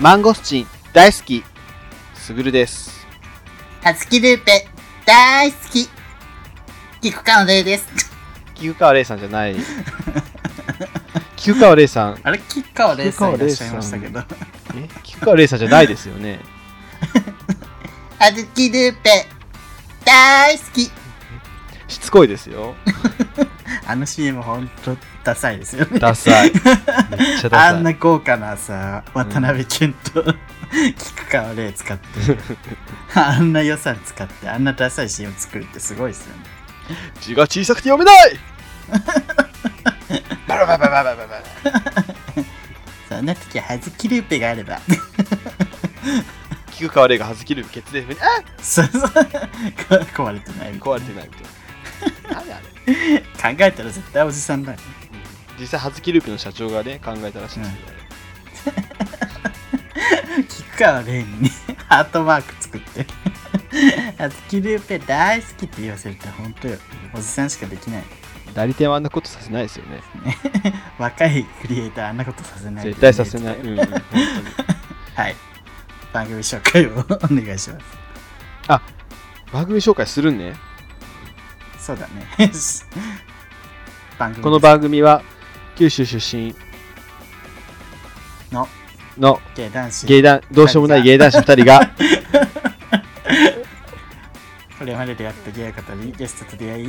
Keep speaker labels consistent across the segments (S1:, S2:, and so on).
S1: マンゴスチン大好き、すぐるです。
S2: たつきルーペ、大好き。菊川のです。
S1: 菊川玲さんじゃない。菊川玲さん、
S2: あれ、菊川玲さんいらっしゃいましたけど。
S1: え菊川玲さんじゃないですよね。
S2: たつきルーペ、大好き。
S1: しつこいですよ。
S2: あの CM ほんとダサいですよね。
S1: ダサい。めっちゃダ
S2: あ
S1: サ
S2: ん
S1: い。
S2: な豪華なさ、渡辺謙 と菊川玲使って、あんな予算使って、あんなダサい CM 作るってすごいですよね。
S1: 字が小さくて読めないバラバラバラバラバラ
S2: そんな時はずきルーペがあ れば。
S1: 菊川玲がはずきる決定にあ
S2: そうそう。壊れてないみたい
S1: 壊
S2: な。
S1: れてないみたいな。なんであれ
S2: 考えたら絶対おじさんだよ。
S1: 実際ハズキループの社長がね考えたらしいんですけど、
S2: 菊川玲にね ハートマーク作って あずきルーペ大好きって言わせるって本当よおじさんしかできない
S1: 代理店はあんなことさせないですよね
S2: 若いクリエイターあんなことさせない
S1: 絶対させない、うんうん、本当に
S2: はい番組紹介をお願いします
S1: 番組紹介するね
S2: そうだ ね番組
S1: この
S2: 場
S1: 番組は九州出身
S2: の
S1: の
S2: 芸男子
S1: 芸男どうしようもない芸男子2人 が
S2: これまで出会った芸方にゲストと出会い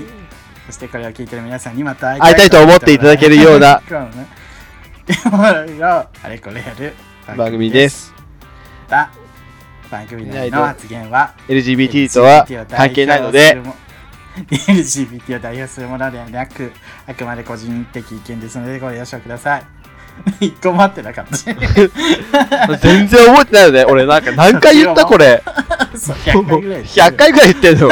S2: そしてこれを聞いてる皆さんにまた
S1: 会いたいと思っていただけるような
S2: 今日 のね今日のあれこれやる
S1: 番組です
S2: だ番組内の発言は
S1: LGBT とは関係ないので
S2: LGBT を代表するものではなくあくまで個人的意見ですのでご了承ください一個も合ってなかったし
S1: 全然覚えてない よね俺なんか何回言ったこれ
S2: そう100回ぐらい
S1: 100回ぐらい言ってんの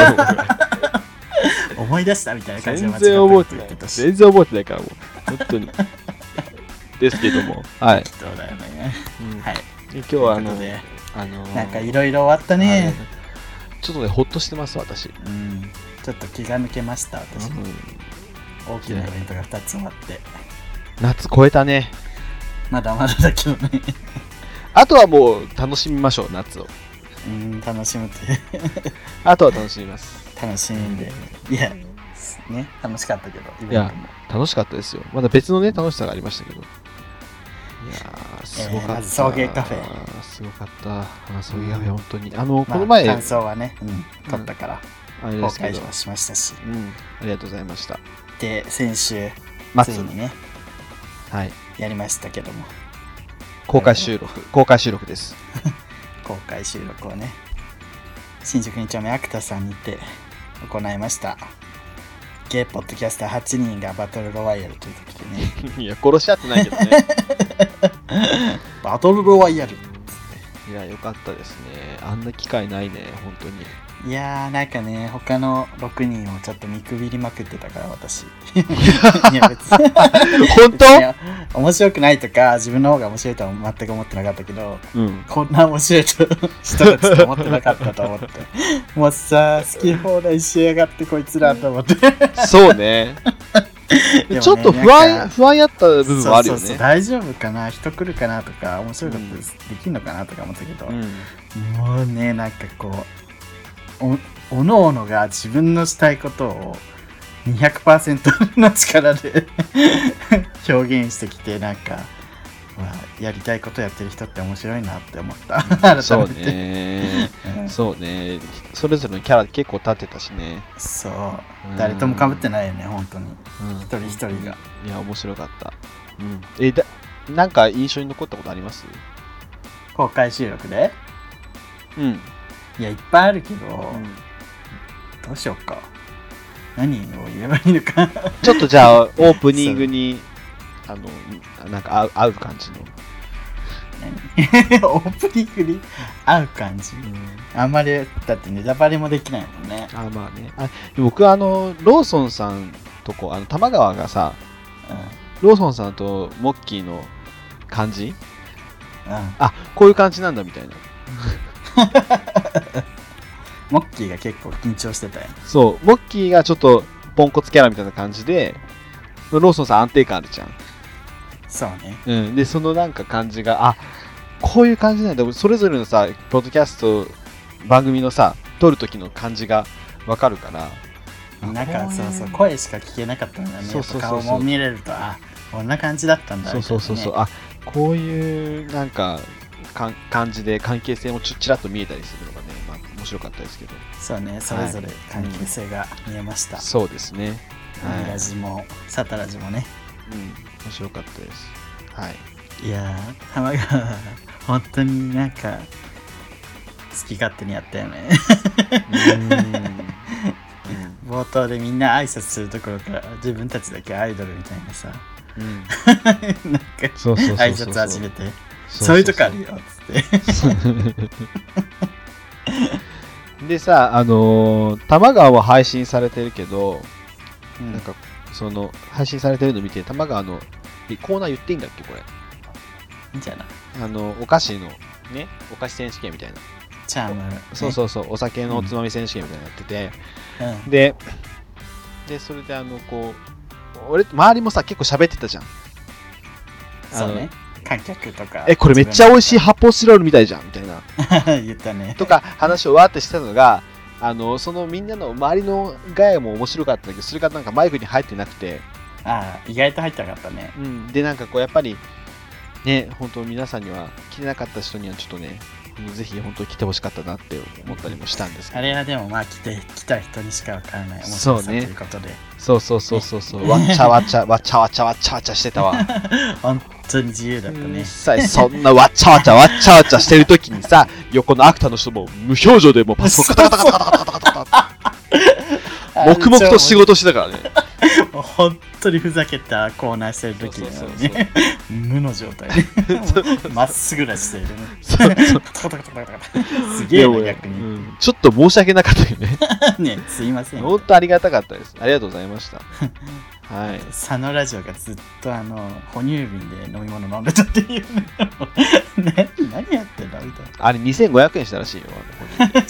S2: 思い出したみたいな感
S1: 全
S2: じで
S1: 然
S2: 間違
S1: 覚えて
S2: ったこと言
S1: な
S2: っ
S1: い
S2: てたし
S1: 全然覚えてないからもう本当にですけどもはい、
S2: そうだよね
S1: うん
S2: はい
S1: 今日
S2: と
S1: はあ
S2: いうこ
S1: の
S2: とで
S1: あのー
S2: なんかいろいろ終わったね
S1: ちょっとねほっとしてます私、う
S2: うんちょっと気が抜けました私
S1: ん
S2: 大きなイベントが2つ終わって
S1: 夏超えたね
S2: まだまだだけどね
S1: あとはもう楽しみましょう夏を
S2: うん楽しむって
S1: あとは楽しみます
S2: 楽しんでいやね楽しかったけどイベン
S1: い
S2: トも
S1: や楽しかったですよまだ別のね楽しさがありましたけどいやーすごかった、
S2: えーまず送迎カフェ
S1: すごかったあー送迎カフェ本当にあの
S2: まあ
S1: この前、
S2: 感想はね、うん、取ったから
S1: あれ
S2: 公
S1: ですけ
S2: 開
S1: ど
S2: はしましたし、
S1: うんありがとうございました
S2: で先週つ
S1: 松
S2: いにね
S1: はい
S2: やりましたけども
S1: 公開収録公開収録です
S2: 公開収録をね新宿2丁目芥さんにて行いましたゲイポッドキャスター8人がバトルロワイヤルということでね
S1: いや殺し合ってないけどね
S2: バトルロワイヤル
S1: いやよかったですねあんな機会ないね本当に
S2: いやーなんかね他の6人をちょっと見くびりまくってたから 私いや別に
S1: 本
S2: 別に 面白くないとか自分の方が面白いとは全く思ってなかったけど
S1: うん
S2: こんな面白い人たちと思ってなかったと思って。 もうさ、好き放題しやがってこいつらと思って。
S1: そうね
S2: でもね
S1: ちょっと不
S2: なん
S1: 安
S2: か
S1: 不安やった部分はあるよ
S2: そうそうそう
S1: ね
S2: 大丈夫かな人来るかなとか、面白かったです、できんのかなとか思ったけど、
S1: うん
S2: もうね、なんかこう、おおのおのが自分のしたいことを200%の力で 表現してきて、なんか、うわやりたいことやってる人って面白いなって思った。改めて
S1: そうね
S2: うん
S1: そうねそれぞれのキャラ結構立ってたしね
S2: そう
S1: うん
S2: 誰とも被ってないよね本当に
S1: うん
S2: 一人一人が
S1: いや面白かったうんえだなんか印象に残ったことあります
S2: 公開収録で
S1: うん
S2: いやいっぱいあるけど、どうしようか何を言えばいいのか
S1: ちょっとじゃあオープニングにあのなんか合う合う感じの
S2: 何オープニングに合う感じ
S1: うん
S2: あんまりだってネタバレもできないもんね
S1: あまあねあ僕あのローソンさんとこあの玉川がさローソンさんとモッキーの感じ
S2: うん、うん、
S1: あこういう感じなんだみたいな
S2: モッキーが結構緊張してたよ
S1: そうモッキーがちょっとポンコツキャラみたいな感じでローソンさん安定感あるじゃん、
S2: そうね
S1: うん、でそのなんか感じがあこういう感じなんだそれぞれのさポッドキャスト番組のさ撮る時の感じがわかるから
S2: なん
S1: こう
S2: か
S1: いう
S2: そうそう声しか聞けなかったんだね
S1: そうそうそうそう
S2: やっぱ顔も見れるとあこんな感じだったんだ
S1: そうそうそうそう、
S2: みたい
S1: あこういうなんかかん感じで関係性もちょちらっと見えたりするのがね、まあ、面白かったですけど
S2: なねそうねそれぞれ関係性が見えました、
S1: そうですね
S2: ミ
S1: はい、
S2: ラジもサタラジもね
S1: うん、面白かったですはい
S2: いやー浜川は本当になんか好き勝手にやった よね冒頭でみんな挨拶するところから自分たちだけアイドルみたい なさ
S1: うん、うん、
S2: なんか
S1: そうそうそうそう
S2: 挨拶始めてそういうとこあるよっつって
S1: でさあのー、玉川は配信されてるけど、
S2: うん
S1: なんかその配信されてるの見て玉川のえコーナー言っていいんだっけこれ
S2: いいんじゃない
S1: あのお菓子のねお菓子選手権みたいな
S2: チャーム、ね、
S1: そうそうそう、お酒のおつまみ選手権みたいになってて、
S2: うん、
S1: で、で、それで、あの、こう、俺、周りもさ、結構喋ってたじゃん。
S2: そうね観客とか
S1: え、これめっちゃ美味しい発泡スチロールみたいじゃん、みたいな。
S2: 言ったね
S1: とか、話をわーってしてたのが、あの、そのみんなの周りのガヤも面白かったんだけど、それがなんかマイクに入ってなくて、
S2: ああ意外と入ってなかったね
S1: うん、で、なんかこう、やっぱり、ね、本当皆さんには、来れなかった人にはちょっとね、ぜひ本当に来てほしかったなって思ったりもしたんですけ
S2: あ
S1: ど、
S2: れはでもまあ来て来た人にしかわからない面白さ
S1: そ
S2: と
S1: うね
S2: いうことで、
S1: そうそうそうそうそう、わっちゃわちゃ、わちゃわちゃわちゃわちゃしてたわ。
S2: 本当に自由だったね
S1: 実際そんなわっちゃわちゃわっちゃわちゃしてるときにさ横のアクタの人も無表情でもうパソコンカタカタカタカタカタカタ黙々と仕事してたからね
S2: もう本当にふざけたコーナーしてる時なのに
S1: そうそう
S2: ね無の状態でまっすぐらしてるね
S1: そうそう
S2: トコトコトコトコすげえ
S1: い
S2: な
S1: や
S2: 逆に
S1: うんちょっと申し訳なかったよね
S2: ねすいません
S1: 本当ありがたかったですありがとうございましたはい
S2: 佐野ラジオがずっとあの哺乳瓶で飲み物飲んでたっていうのね 何やってんだみたい
S1: あれ2500円したらしいよあの本
S2: な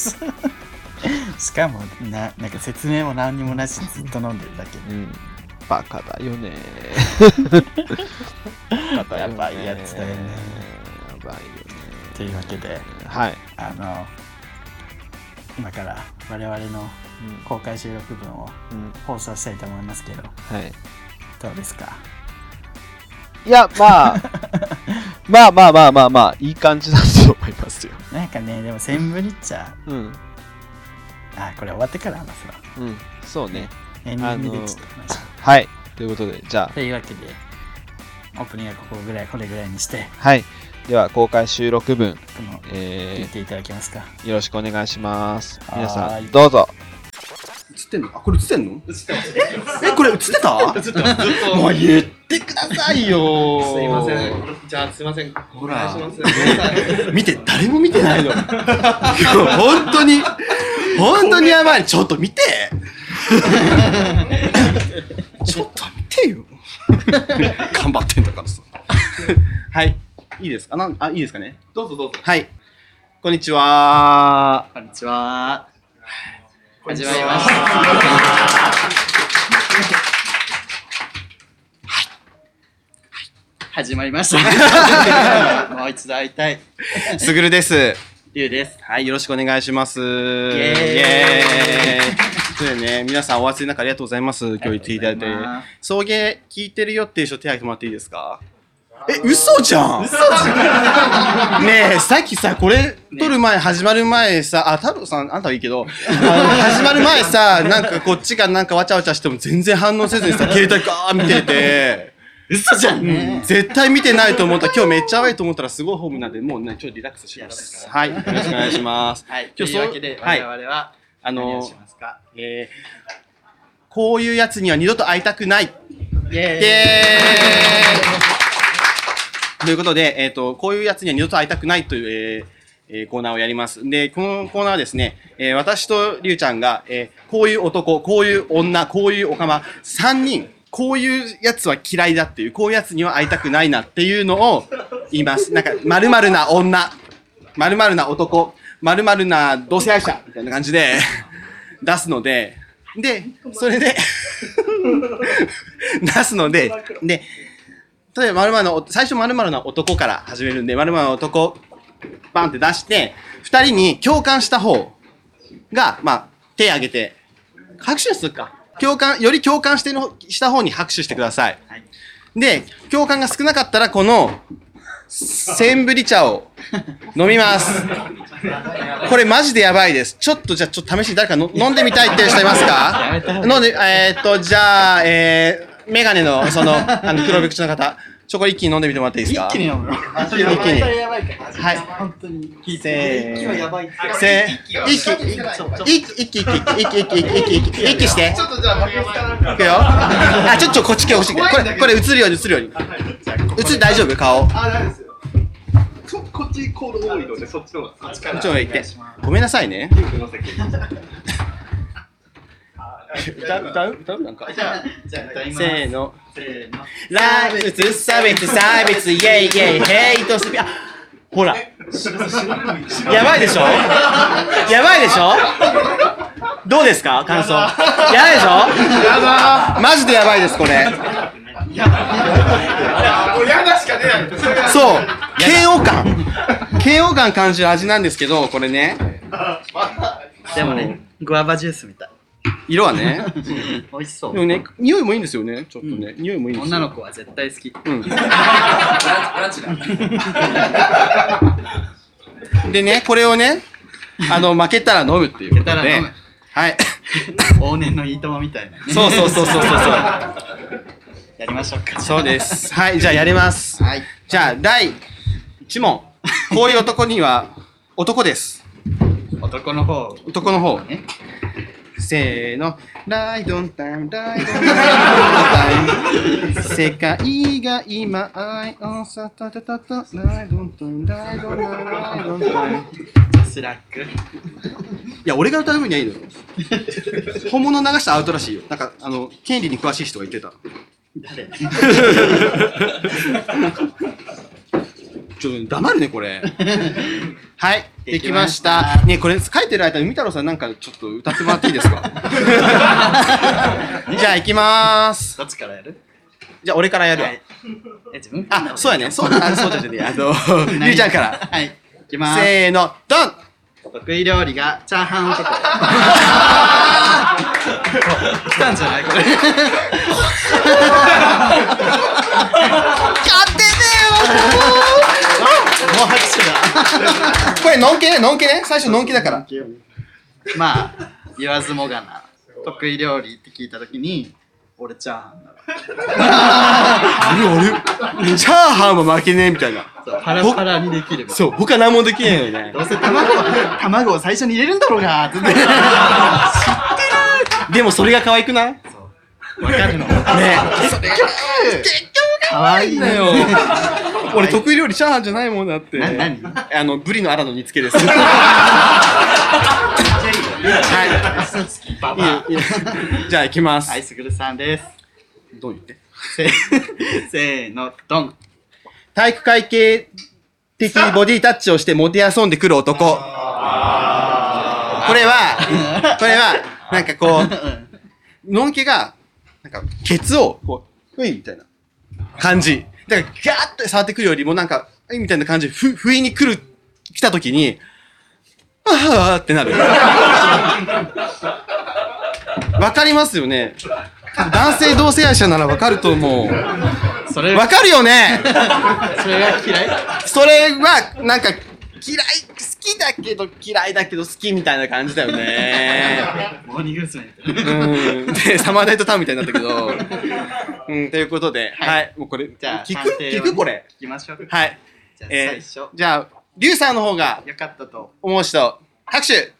S2: しかもななんか説明も何にもなしずっと飲んでるだけ
S1: 人うんバカだよねバカだよね
S2: やばいやつだよね
S1: やばいよね
S2: というわけで
S1: はい、
S2: あの今から我々の公開収録分を
S1: うんうん
S2: 放送したいと思いますけど
S1: はい
S2: どうですか
S1: いや、ま あ、まあまあまあまあまあ、いい感じだと思いますよ。
S2: なんかねでもセンブリッチャー
S1: うん。
S2: あこれ終わってから話すわ
S1: うん。そうね。
S2: エンディングでちょっと話し
S1: はい。ということで、じゃ
S2: というわけでオープニングはここぐらいこれぐらいにして
S1: あ、はい。では、公開収録分、
S2: この聞い
S1: え
S2: ていただけますか、
S1: ー、よろしくお願いします。皆
S2: は
S1: さ
S2: ーい
S1: ん、どうぞ。
S3: 映ってんのあ、これ映ってんの映ってます。え、これ映ってた映ってた。もう言ってくださいよ。
S4: すいません。。じゃあすいません。
S3: ほら
S4: お願いし ます。
S3: 見て、誰も見てない の。本当に、本当にやばい。ちょっと見て。ちょっと見てよ。頑張ってんだからさ。はい。いいですかなんあ、いいですかね。
S4: どうぞどうぞ。
S3: はい。こんにちは。
S4: こんにちは。
S3: んに
S4: 始
S3: ち
S4: ま
S3: は
S4: りました。始まりました。もう一度会いたい。
S3: すぐるです。
S4: りゅうです。
S3: はい、よろしくお願いします。イ
S4: ーイ
S3: エーイということでね、皆さんお集いの中ありがとうございます。今日言っていただいて
S4: ありがとうございま。
S3: 送迎聞いてるよっていう人手挙げてもらっていいですかえ、嘘じゃん嘘じゃ んねえ、さっきさ、これ撮る前、始まる前さ、あ、太郎さん、あんたはいいけど、あの、始まる前 さ、なんかこっちがなんかわちゃわちゃしても全然反応せずにさ、携帯ガーッ見てて、嘘じゃん、絶対見てないと思った。今日めっちゃやばいと思ったらすごいホームなんで、もうね、ちょっとリラックスします。はい、よろしくお願いします。
S4: はい。と
S3: 今日
S4: い
S3: そう
S4: うわけで
S3: は
S4: 我
S3: い
S4: 々は
S3: あ
S4: 何を
S3: の
S4: し、ますか。
S3: えーこういうやつには二度と会いたくない。
S4: イ
S3: イ
S4: エ
S3: エ
S4: ーイ。
S3: ーイということで、えっ、と、こういうやつには二度と会いたくないという、えーえーコーナーをやります。で、このコーナーはですね、えー私とりゅうちゃんが、えーこういう男、こういう女、こういうおかま、三人、こういうやつは嫌いだっていう、こういうやつには会いたくないなっていうのを言います。なんか、〇〇な女、〇〇な男、〇〇な同性愛者、みたいな感じで出すので、で、それで 出すので、で、例えば、〇〇の、最初〇〇な男から始めるんで、〇〇の男、バンって出して、二人に共感した方が、まあ、手挙げて、拍手するか。共感、より共感してる方した方に拍手してください。で、共感が少なかったら、この、センブリ茶を飲み ます。これマジでやばいです。ちょっとじゃあ、ちょっと試しに誰かの飲んでみたいっていう人いますか飲んで、えーっと、じゃあ、えー、メガネの、その、あの、黒びくちの方、ちょ、これ一気に飲んでみてもらっていいですか
S5: 飲むよ。
S3: 一気に。
S4: ばいから。
S3: はい
S4: 本当に。
S3: せー
S4: 息はやばい。
S3: せー一気
S4: 息は
S3: 一気一気一気一気一気一気一気一気一気して。
S4: ちょっとじゃあ、負けつかない
S3: くよ。あ、ちょっとこっち来てほしい。これ、これ映るように映るように。映る大丈夫顔。こ
S4: あ、大丈夫ですよ。ここっちコール多いので、そっちの方が。こっちか
S3: っちの方へ行って。ごめんなさい ね。
S4: のせて。
S3: 歌う歌う歌うなんか。
S4: じゃあ、じゃあ、歌います
S3: せーの。
S4: せーの。
S3: ライブ、差別、差別、イェイイェイ、ヘイトスピ、あ、ほら。やばいでしょやばいでしょどうですか感想。やばいでしょやばマジでやばいです、これ。
S4: もうやだしか出ない。それが
S3: そう、嫌悪感。嫌悪感感じる味なんですけど、これね、
S2: でもね、グアバジュースみたい。
S3: 色はね、
S2: 美味しそ
S3: でも
S2: う。
S3: ね、匂いもいいんですよね、ちょっとね、匂いもいいですよ
S2: 女の子は絶対好き。
S3: うん。でね、これをね、あの、負けたら飲むっていうこと
S2: 負けたら
S3: で
S2: 飲む、
S3: はい。
S2: 往年のいいともみたいな。
S3: そうそうそうそうそうそう。
S2: やりましょうか。
S3: そうです。はい、じゃあやります。
S2: はい。
S3: じゃあ、第1問。こういう男には、男です。
S2: 男の方、
S3: 男の方。
S2: ね
S3: せーの。ライドンタイム、ライドンタイム、ライドンタイム。世界が今、愛をさたたたた、ライドンタイム、ライドンタイム、ライドンタイム。
S2: スラック。
S3: いや、俺が歌う分にはいいのよ。本物流したらアウトらしいよ。なんか、あの、権利に詳しい人が言ってた。
S2: 誰
S3: ちょっと黙るね、これ。はい、で
S2: で
S3: き
S2: き
S3: ま
S2: ま
S3: し。
S2: した
S3: ね、これ書いてる間に、海太郎さんなんかちょっと歌ってもらっていいで すかじゃあ、行きまーす。
S2: どっちからやる
S3: じゃあ、俺からやるわ。
S2: はいえ、自分
S3: あ、そうやね。そうだ、あそうじゃねえや。あの、りゅうちゃんから。
S2: はい。いきます。
S3: せーの、ドン
S2: 得意料理がチャーハ ン男。来たんじゃないこれ。
S3: 勝てね
S2: もう拍手だ。
S3: えよこれ、のんけね、のんけね。最初、のんけだから。
S2: まあ、言わずもがな。得意料理って聞いたときに、俺チャーハンだわ。
S3: あれ、俺、チャーハンも負けねえみたいな。
S2: そうパラパラにできれば。
S3: そう、他何もできねえよね
S2: ど。うせ卵 を、卵を最初に入れるんだろうが、つ って。
S3: でも、それが可愛くないね
S2: わかるの。
S3: え。
S2: かわいいの よ。
S3: 俺得意料理チャーハンじゃないもんだって。
S2: な何
S3: あの、ブリのアラの煮付け です。はい。いいよいいよじゃあ行きます。
S2: はい、すぐるさん です。
S3: どう言って
S2: せせーの、ドン。
S3: 体育会系的ボディタッチをしてモテ遊んでくる男。これは、これは、なんかこう、のんけが、なんか、ケツを、こう、ふいみたいな感じ。だから、ガーッて触ってくるよりも、なんか、ふいみたいな感じで、ふ、不意に来る、来た時に、ああってなる。 わかりますよね。男性同性愛者ならわかると思う。
S2: それ、
S3: わかるよね
S2: それが嫌い
S3: それはなんか嫌い好きだけど嫌いだけど好きみたいな感じだよね。
S2: モーニング娘。
S3: うん。で、サマーナイトタウンみたいになった けど。うん、ということで、はい。もうこれ、
S2: じゃあ、
S3: 聞
S2: 判
S3: く
S2: 定
S3: 聞
S2: を
S3: くこれ。
S2: 聞きましょう。
S3: はい。
S2: じゃあ、
S3: えー
S2: 最初。
S3: じゃあ、リュウさんの方が
S2: よかったと。
S3: 思う人、拍手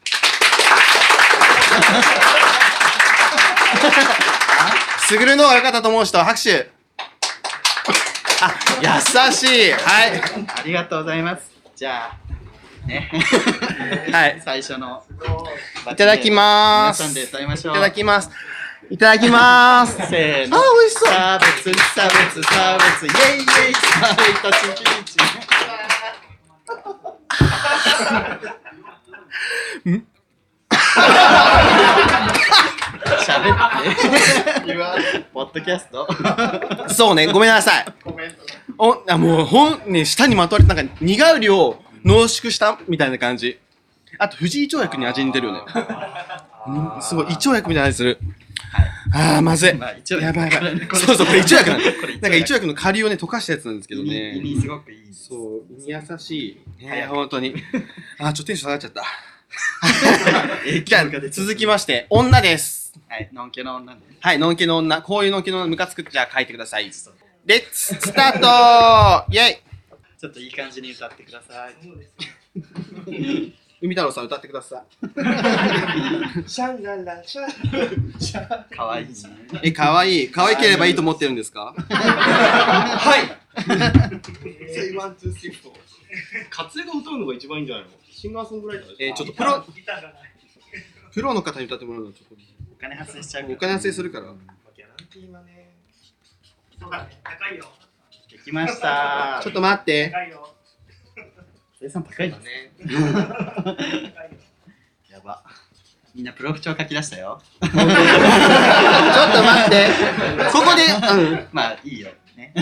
S3: すぐるの方が良かったと思う人、拍手あ、優しいはい。
S2: ありがとうございます。じゃあ、ね。
S3: はい
S2: 最初の。
S3: いただきまーす
S2: 皆さんで歌いましょう。
S3: いただきます。いただきま ーす。
S2: せー
S3: あ
S2: の。
S3: ー、美味しそう。
S2: 差別、差別、差別、イェイイェイ、差別、チキンチキン。喋って。ポッドキャスト。
S3: そうね、ごめんなさい。お、あ、もう、ほん、ね、舌にまとわれて、なんか、苦い量、濃縮したみたいな感じ。あと、藤井町薬に味似てるよね。うんすごい、胃腸薬みたいな味する。ああ、まずい。
S2: まあ一応
S3: やばいやばい。
S2: これ
S3: そうそう、これ胃腸薬なんだ。
S2: これ
S3: なんか胃腸薬の顆粒をね、溶かしたやつなんですけど
S2: 胃
S3: ね。
S2: にすごくいいです。
S3: そう、胃に優しい。ね、本当に。あー、ちょっとテンション上がっちゃった。じゃあ、続きまして、女です。
S2: はい、のんけの女で。
S3: はい、のんけの女。こういうのんけの女、ムカつくじゃあ書いてください。レッツ、スタートイェイ
S2: ちょっといい感じに歌ってください。
S3: 海太郎さん歌ってくださ
S2: かわいいね。
S3: い。え、かわいい。かわいければいいと思ってるんですか はい。
S6: 活躍が歌うのが一番いいんじゃないのシンガーソングライターでしょ
S3: えーちょっとプロ、プロの方に歌ってもらうのはちょっと、
S2: お金発生しちゃう
S3: お金発生するから。
S2: できました
S3: ちょ。っと待って。
S2: 生産高いよ ね。やば。みんなプロフ帳書き出したよ。
S3: ちょっと待って。ここで、うん。
S2: まあいいよ。 ね。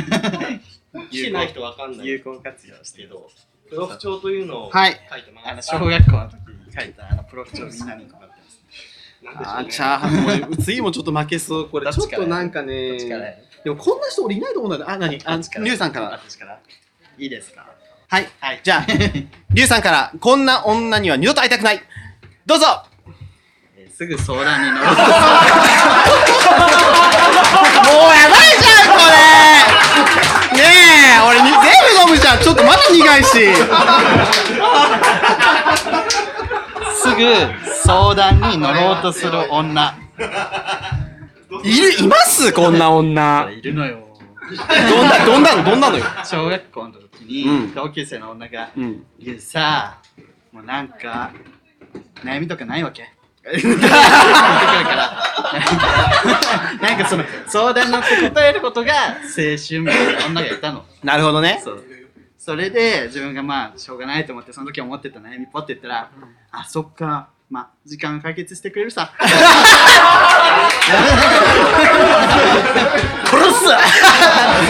S6: 来てない人わかんない
S2: 有効活用して
S6: け
S2: る。
S6: ど、プロフ帳というのを書
S3: はい。
S6: いて
S2: あ
S6: ま
S2: の
S6: す。
S2: 小学校の時に書いたあのプロフ帳みんなに配ってます。
S3: あー、チャーハンも、次もちょっと負けそう。これ、ち
S2: ど
S3: ょ
S2: っ
S3: っ
S2: ちから
S3: となんか
S2: どっちからや
S3: ね。
S2: る
S3: でも、こんな人俺いないと思うんだよね。あ、なにあ、りゅうさんから。
S2: 私から。いいですか
S3: はい。
S2: はい。
S3: じゃあ、りゅうさんから、こんな女には二度と会いたくない。どうぞ
S2: えーすぐ相談に乗る。は
S3: もうやばいじゃん、これねえ、俺に、全部飲むじゃん。ちょっとまだ苦いし。
S2: すぐ相談に乗ろうとする女。
S3: いる、いますこんな女。
S2: いるのよ。
S3: どんな、どんなの、どんなのよ。
S2: 小学校の時
S3: うん
S2: に同級生の女が
S3: うん。
S2: 「いやさもうなんか悩みとかないわ け?」なんかその相談に乗って答えることが青春みたいな女がいたの
S3: なるほどね。
S2: そう それで自分がまあしょうがないと思ってその時思ってた悩みポって言ったら「あそっかまあ時間が解決してくれるさ」
S3: 殺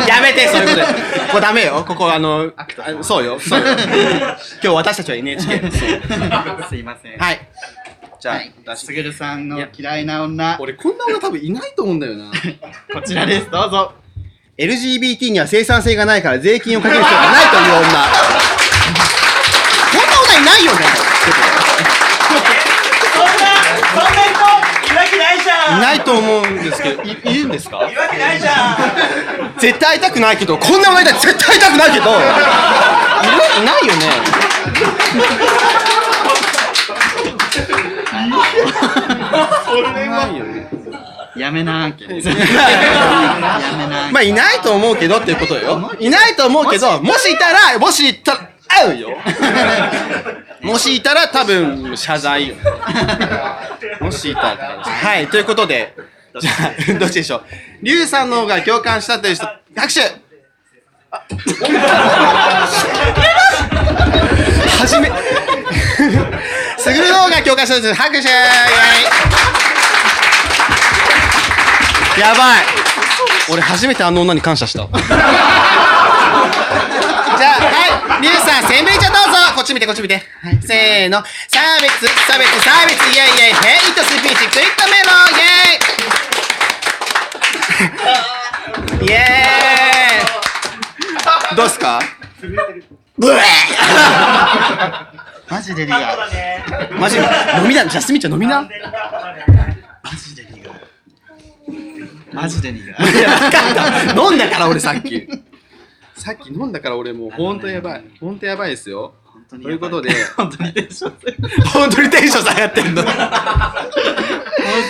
S3: す やめて、そういうことで。ここダメよ。ここ、あの、あそうよ。そうよ。今日私たちは NHK です。
S2: すいません
S3: はい。じゃあ、
S2: はい
S3: 私
S2: すぐるさんの嫌いな女こ
S3: 俺こんな女多分いないと思うんだよ な。
S2: ちらですどうぞ
S3: LGBT には生産性がないから税金をかける必要がないと いう女。こんな女いないよね。
S7: そんな人いるわけないじゃん
S3: いないと思うんですけど、いいるんですか
S7: いるわけないじゃん
S3: 絶対会いたくないけど、こんな女いたら絶対会いたくないけど、いるいないよね。
S2: やめなーけやめなーけ
S3: まあ、いないと思うけどっていうことよ。いないと思うけど、もしいたら、もしいたら、会 うよ。もしいたら、多分、謝 罪よ。もしいたら。はい、ということで、じゃあ、 どっちでしょう。リュウさんの方が共感したという人、拍手あはじめ、すぐるの方が共感したという人、拍手イェイやばい俺初めてあの女に感謝したじゃあはいリュウさんセンブリ茶どうぞこっち見てこっち見て、はい、せーの差別差別差別イェイイェイヘイトスピーチクイットメモイェイイェーイどうっすかブエ
S2: マジでリアル
S3: ーマジ飲みなジャスミンちゃん飲みな
S2: マジで苦い。マジで苦い。
S3: いや、分かった。飲んだから俺さっき。さっき飲んだから俺もう本当やばい。本当やばいですよ。
S2: 本当に
S3: ということで、
S2: 本当にテンション低い
S3: 本当にテンション下がってんの。
S2: 本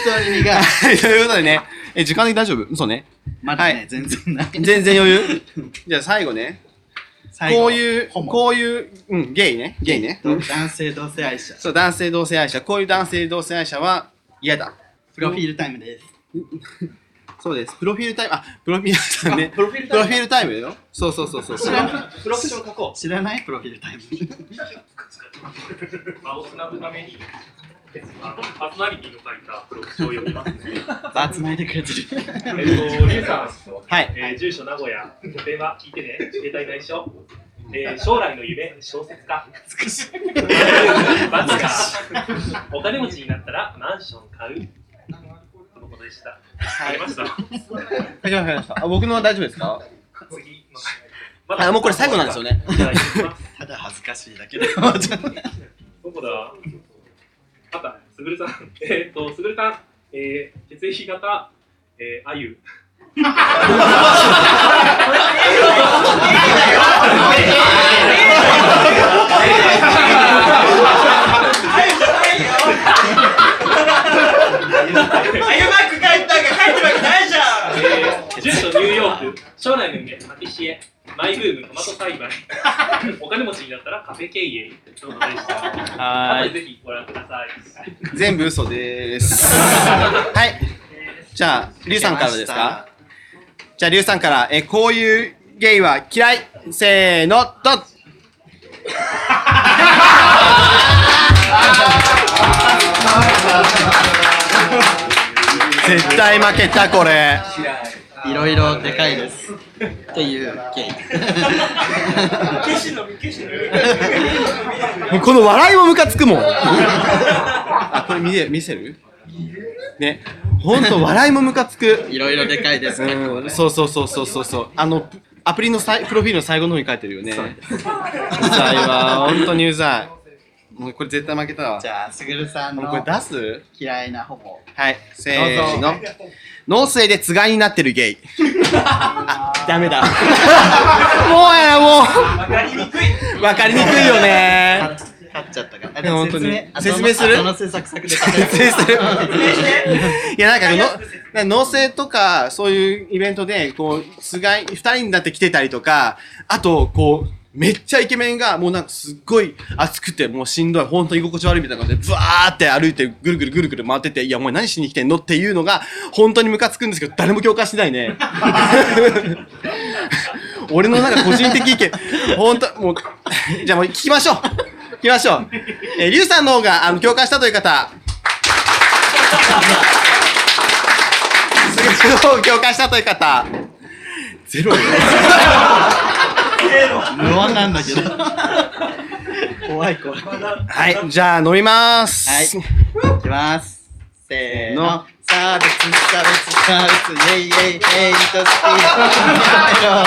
S2: 当に苦い。
S3: はい、ということでね、え、時間的に大丈夫そうね。
S2: まだね、
S3: は
S2: 全然ない。
S3: 全然余裕。じゃあ最後ね。
S2: 最後
S3: こういう、
S2: ホモ
S3: こういう、うん、ゲイね。ゲイね。
S2: 男性同性愛者。
S3: そう、男性同性愛者。こういう男性同性愛者は嫌だ。
S2: プロフィールタイムです。
S3: そうです。プロフィールタイム、あ、プロフィールタイムね。
S6: プロフィール
S3: プロ
S6: タイ
S3: フィールタイムよ。そうそうそうそうそう。
S6: ムプロフィール帳書こ
S2: 知らないプロフィール タイム。
S7: う場をつなぐためにパーソナリティの書いたブログを読みますね。
S2: バーつないでくれてる。
S7: えっと、リュウさん、
S3: はい。
S7: えー、住所名古屋、電話聞いてね、携帯内緒、えー将来の夢、小説家。
S6: 懐かしい。
S7: バズか。お金持ちになったらマンション買う。とのことでした。ありました。
S3: はい、わかりました。あ、僕のは大丈夫ですか
S7: 次。
S3: あ、もうこれ最後なんですよ
S7: ね。
S3: ね。
S7: じゃあ行きます
S4: ただ恥ずかしいだけで。
S7: どこだあった、すぐるさん。えーっと、すぐるさん。えー、血液型、えー、あゆ。えー住所ニューヨーク、将来の夢、パティシエ、マイブーム、トマト栽培、お金持ちになったらカフェ経営ということでした。
S3: は
S7: ぜひご覧ください。
S3: い。全部嘘でーす。はい。じゃあ、リュウさんからですかじゃあ、リュウさんから、え、こういうゲイは嫌いせーの、どっ絶対負けた、これ。
S4: いろいろでかいです。っていう経緯。
S3: もうこの笑いもムカつくもん。あ、これ見れ見せるね。ほんと、笑いもムカつく。
S4: いろいろでかいです。結構
S3: う
S4: ね
S3: ん、そうそうそうそうそうそう。あのアプリのさいプロフィールの最後の方に書いてるよね。うざいわ、本当にうざい。もうこれ絶対負けたわ
S4: じ。ゃあ、すぐるさん
S3: もうこれ
S4: の
S3: 出す？
S4: 嫌いなホモ。
S3: はい、せーの。脳水でつがいになってるゲイ。あ、ダメだ。もうやも
S7: わかりにくい。
S3: うわかりにくいよね。
S4: 勝っちゃったから。あ
S3: でも本当に
S4: 説明
S3: 説明する
S4: 後の制作作で。
S3: 説明する。いやなんかのなんか農政とかそういうイベントでこうつがい二人になって来てたりとかあとこうめっちゃイケメンがもうなんかすっごい暑くてもうしんどい本当に居心地悪いみたいな感じでブワーって歩いてぐるぐるぐるぐる回ってていやお前何しに来てんのっていうのが本当にムカつくんですけど誰も共感しない ね俺のなんか個人的意見本当もうじゃあもう聞きましょう聞きましょうえーリュウさんの方があの共感したという方すぐの方共感したという方ゼロよ
S4: 無音なんだけど。怖い怖い。
S3: はいじゃあ飲みます
S4: はい。いきます。せーの。差別、差別、差別、イェイイェイ、ヘイトスピード。やめろ。差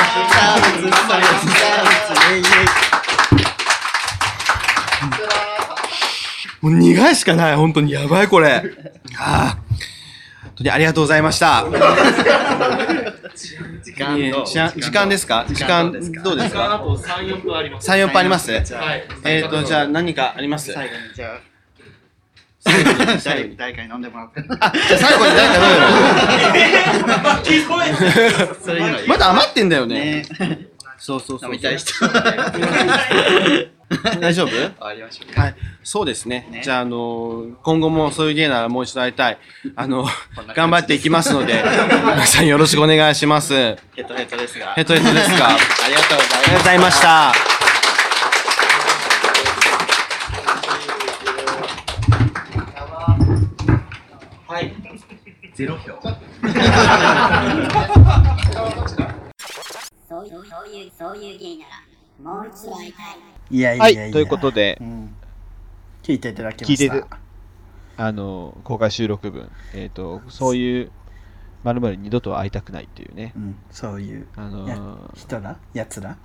S4: 別、差別、差別、イェイイェイ。
S3: もう苦いしかない本当にやばいこれああ本当にありがとうございました
S4: 時間
S3: いえ
S4: どう
S3: 時間時間ですか時
S4: 時
S3: 間ど
S4: 間ど
S3: う
S4: う
S3: で
S4: ですす
S3: か
S4: か
S7: あと3、4分あります。
S3: 34分あります
S4: じゃあ
S7: はい。
S3: えっ、ー、とじゃあ何かあります
S4: 最後にじゃあ
S3: 最後
S4: 誰
S3: に
S4: 誰かに飲んでもらおうか
S3: あじゃあ最後に何かどうよ
S4: それいいのいい
S3: まだ余ってんだよね
S4: ね
S3: そうそうそう
S4: 飲みたい 人
S3: 大丈夫
S4: 終わりましょう
S3: はい、そうですね。
S4: ね
S3: じゃあ、あのー今後もそういう芸ならもう一度会いた い。あの、
S4: こんな感じ
S3: 頑張っていきますので、皆さんよろしくお願いします。ヘ
S4: ヘトヘトですが
S3: トヘトです か。あ
S4: ありがと
S3: りが
S4: うございます
S3: とうございました。
S8: そういう、そういう、そういう芸なら、もう一度会いたい。
S2: いやい
S1: は
S2: やいや。
S1: い、ということで
S2: う、ん。聞いていただきました。
S1: 聞いてあの、公開収録分、えっ、と、そういう、まるまる二度と会いたくないっていうね
S2: う。ん、そういう
S1: あのー
S2: 人らやつら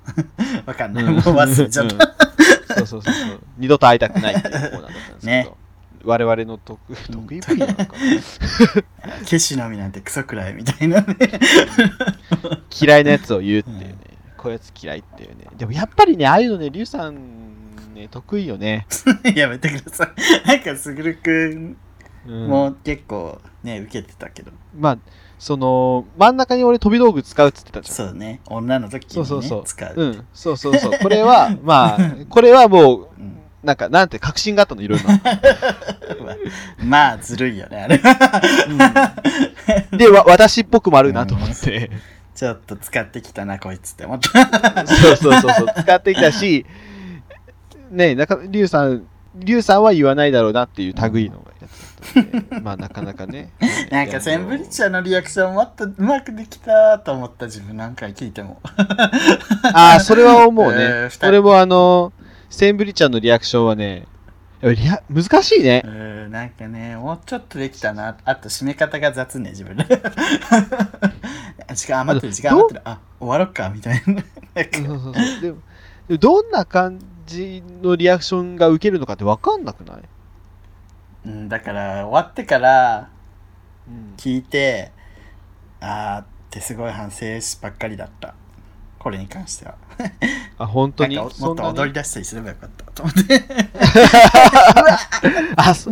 S2: わかん
S1: う
S2: ない。
S1: ん
S2: もう忘れちゃっ
S1: う
S2: た。
S1: んそうそうそうそう。二度と会いたくないっていうコーナーだったんですけど。
S2: ね
S1: 我々の得得意分野なのか
S2: ケシの実なんてクソくらいみたいなね。
S1: 嫌いなやつを言うっていうね、こういうやつ嫌いっていうねでもやっぱりねああいうのねリュウさんね得意よね、
S2: やめてください。なんか、すぐるくん
S1: うん
S2: も結構ね、受けてたけど。
S1: まあその真ん中に俺飛び道具使うっつってたじゃん
S2: そうね。女の時に、ね、
S1: そうそうそう
S2: 使う。
S1: うんそうそうそうこれはまあこれはもう
S2: うん
S1: なんかなんて確信があったのいろいろ
S2: まあ、ずるいよね、あれは。
S1: なでわ私っぽくもあるなと思って、
S2: ちょっと使ってきたな、こいつって思った。
S1: そうそうそうそう使ってきたしねなんかリュウさんリュウさんは言わないだろうなっていう類のやつだったので、まあなかなかね。
S2: なんかセンブリッチャーのリアクションもっとうまくできたと思った自分何回聞いても。
S1: ああ、それは思う
S2: え
S1: ね
S2: ー二。人
S1: 俺もあの、センブリちゃんのリアクションはね、やっぱりリア難しいね
S2: う。ん、なんかね、もうちょっとできたな。あと締め方が雑ね、自分で。 時間余ってる、時間余ってる。あ、終わろっか、みたいな。な
S1: そ
S2: んか
S1: うそうそうでもでもどんな感じのリアクションが受けるのかって分かんなくない、
S2: うん、だから、終わってから聞いて、あーってすごい反省しばっかりだった。これに関しては。
S1: あ、本当に
S2: なんかも
S1: そ
S2: っ
S1: ん
S2: と
S1: な
S2: 踊
S1: に
S2: り出したりすればよかったと思って。
S1: あ、そ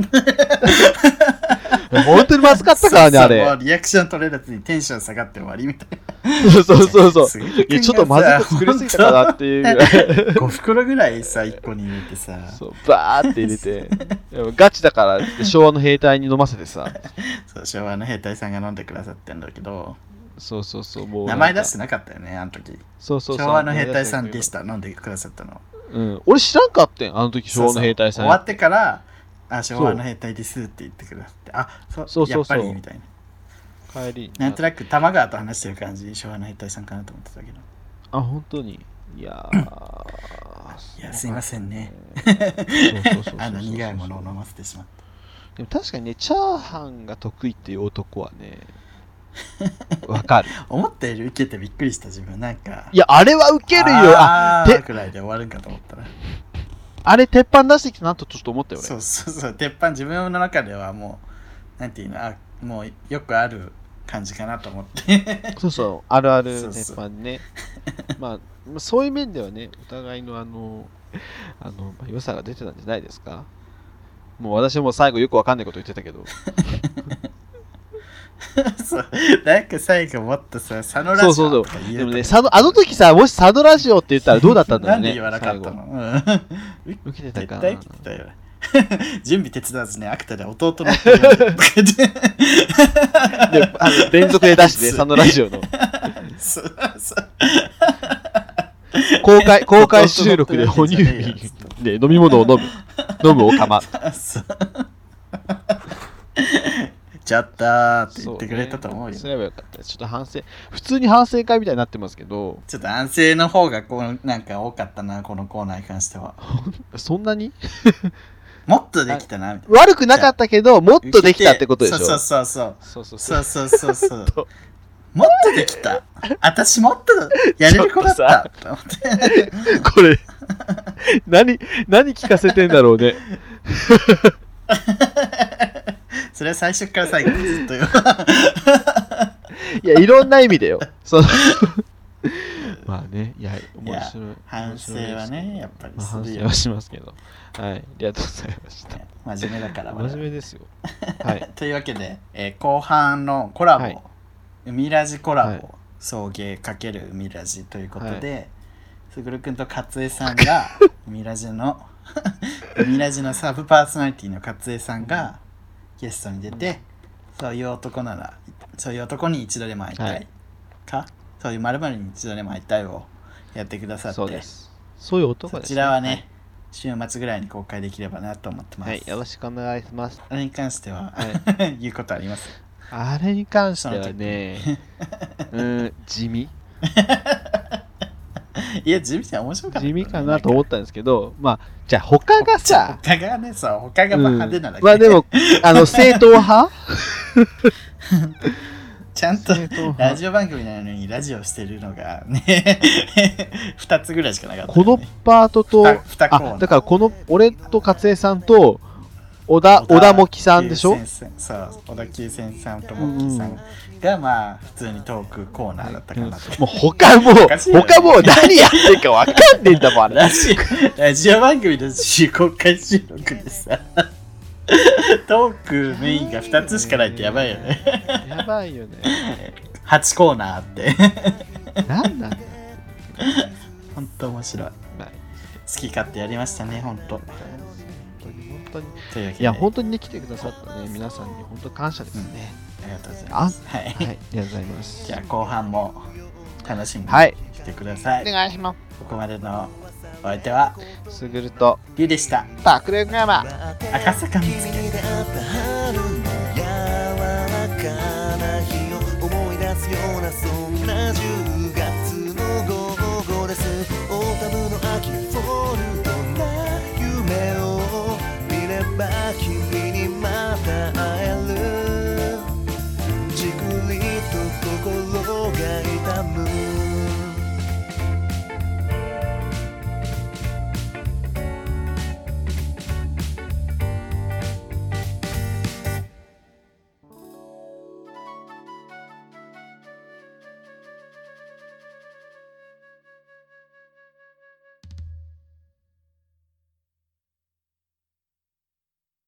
S1: 本当にまずかったからね、あ
S2: そうそう
S1: れ。
S2: もうリアクション取れなくてテンション下がって終わりみたいな。
S1: そうそうそうそう。
S2: すご
S1: いや、ちょっとまずく作りすぎたかなっていうぐら い。
S2: 5袋ぐらいさ、1個に入れてさ、
S1: そう、バーって入れて。でもガチだからって昭和の兵隊に飲ませてさ。
S2: そう昭和の兵隊さんが飲んでくださってんだけど、
S1: そうそうそう、もう。
S2: 名前出してなかったよね、あの時。
S1: そうそうそう
S2: 昭和の兵隊さんでし。た、飲んでくださったの。
S1: うん。俺知らんかってん、あの時昭和の兵隊さん。
S2: そうそう終わってから、あ、昭和の兵隊ですって言ってくださって、あ、そう、
S1: そうそうそう
S2: やっぱりみたいな。
S1: 帰り
S2: なんとなく玉川と話してる感じ、昭和の兵隊さんかなと思ってたけど。
S1: あ、本当に。いやー。
S2: いや、すいませんね。
S1: そうそうそうそう
S2: あの苦いものを飲ませてしまっ
S1: で
S2: て。
S1: も確かにね、チャーハンが得意っていう男はね、わかる。
S2: 思ったより受けてびっくりした自分、なんか。
S1: いや、あれはウケるよ。あ
S2: あ
S1: で
S2: ーくらいで終わるんかと思ったら。
S1: あれ、鉄板出してきたなとちょっと思ったよ、
S2: そ
S1: 俺。
S2: うそうそう、鉄板自分の中ではもう、なんていうの、あもうよくある感じかなと思って。
S1: そうそう、あるある
S2: そうそう
S1: 鉄板ね。まあまあ、そういう面ではね、お互いのあの、あの、まあ、良さが出てたんじゃないですか。もう私も最後よくわかんないこと言ってたけど。
S2: そうなんか最後もっとさ、佐野らし
S1: そうそうそう
S2: とか言えた
S1: でもね、佐野あの時さ、もし佐野ラジオって言ったらどうだったんだろ
S2: な
S1: う んね。
S2: で言わなかった
S1: 最後
S2: のうん
S1: 受けてたか
S2: 絶
S1: な。
S2: 対来てたよ。準備手伝わずね、アクタで弟の手を読んでる
S1: であの連続で出 してね、佐野ラジオの。
S2: そうそう
S1: 公 開、公開収録で哺乳瓶で飲み物を飲む。飲むおかま。
S2: そうちょっとーって言ってくれたと思
S1: そ
S2: うよ。
S1: うねすればよかったです。ちょっと反省。普通に反省会みたいになってますけど、
S2: ちょっと安静の方がこうなんか多かったな、このコーナーに関しては。
S1: そんなに
S2: もっとできたな、みたいな。
S1: 悪くなかったけど、もっとできたってことでしょ。
S2: そうそうそう
S1: そうそう
S2: そ
S1: そう
S2: う。そうそうそう そう
S1: と
S2: もっとできた。私もっとやれる子だ った。と思って
S1: これ、 何、何聞かせてんだろうね。
S2: それは最初から 最後までずっとよ。
S1: いや、いろんな意味だよ。その まあね、いや、面白い。
S2: 反省はね、やっぱり
S1: まあ、
S2: す
S1: 反
S2: る
S1: 省
S2: よ
S1: は。しますけど。はい、ありがとうございました。
S2: 真面目だから我々
S1: 真面目ですよ。はい。
S2: というわけで、えー後半のコラボ、
S1: はい
S2: 海ラジコラボ、
S1: はい
S2: 送迎×海ラジということ
S1: はい
S2: で、すぐるくんと勝江さ んが海ラジの 海ラジのサブパーソナリティの勝江さんがゲストに出て、そういう男ならそういう男に一度でも会いたい、
S1: はい
S2: かそういうまるに一度でも会いたいをやってくだ さって
S1: そうです。そういう男
S2: そ
S1: です、
S2: ちらはね、週末ぐらいに公開できればなと思ってます、
S1: はい。はい、よろしくお願いします。
S2: あれに関しては、 言うことあります
S1: あれに関してはね、うん、地 味
S2: いや、地味じゃ面白かった、
S1: 地味かなと思ったんですけど、まあ、じゃあ他がさ、
S2: 他がね、そう、他が
S1: うん
S2: まあ派手なだけ、
S1: まあでも、あの、正統 派
S2: ちゃんと
S1: 正統
S2: ラ
S1: 派
S2: ジオ番組なのにラジオしてるのがね、2つぐらいしかなかった、ね。
S1: このパートと、
S2: 二二コーナー
S1: あ、だからこの、俺と勝江さんと、小田、小田もきさんでしょ
S2: 急戦そう、小田急線さんともきさんが、まあ、普通にトークコーナーだったかなと。
S1: もう他もう
S2: かしい、よね
S1: 他もう何やってんか分かんねえんだもん、あれ。
S2: ラジオラジオ番組の自公開収録でさ、トークメインが2つしかないってやばいよね。
S1: やばいよね。
S2: 8コーナーあって、
S1: なんなんだよ。
S2: ほんと面白い。
S1: まあ
S2: 好き勝手やりましたね、ほんと。
S1: 本当に本当に
S2: というわけで
S1: いや本当にね来てくださったね皆さんに本当感謝ですね、
S2: ありがとうございます。はい。
S1: はいありがとうございます
S2: じゃあ後半も楽しみに
S1: はい
S2: 来てください。
S1: お願いします
S2: ここまでのお相手は
S1: すぐると
S2: ゆうでした
S1: パクレグヤマ
S2: 赤坂見つけ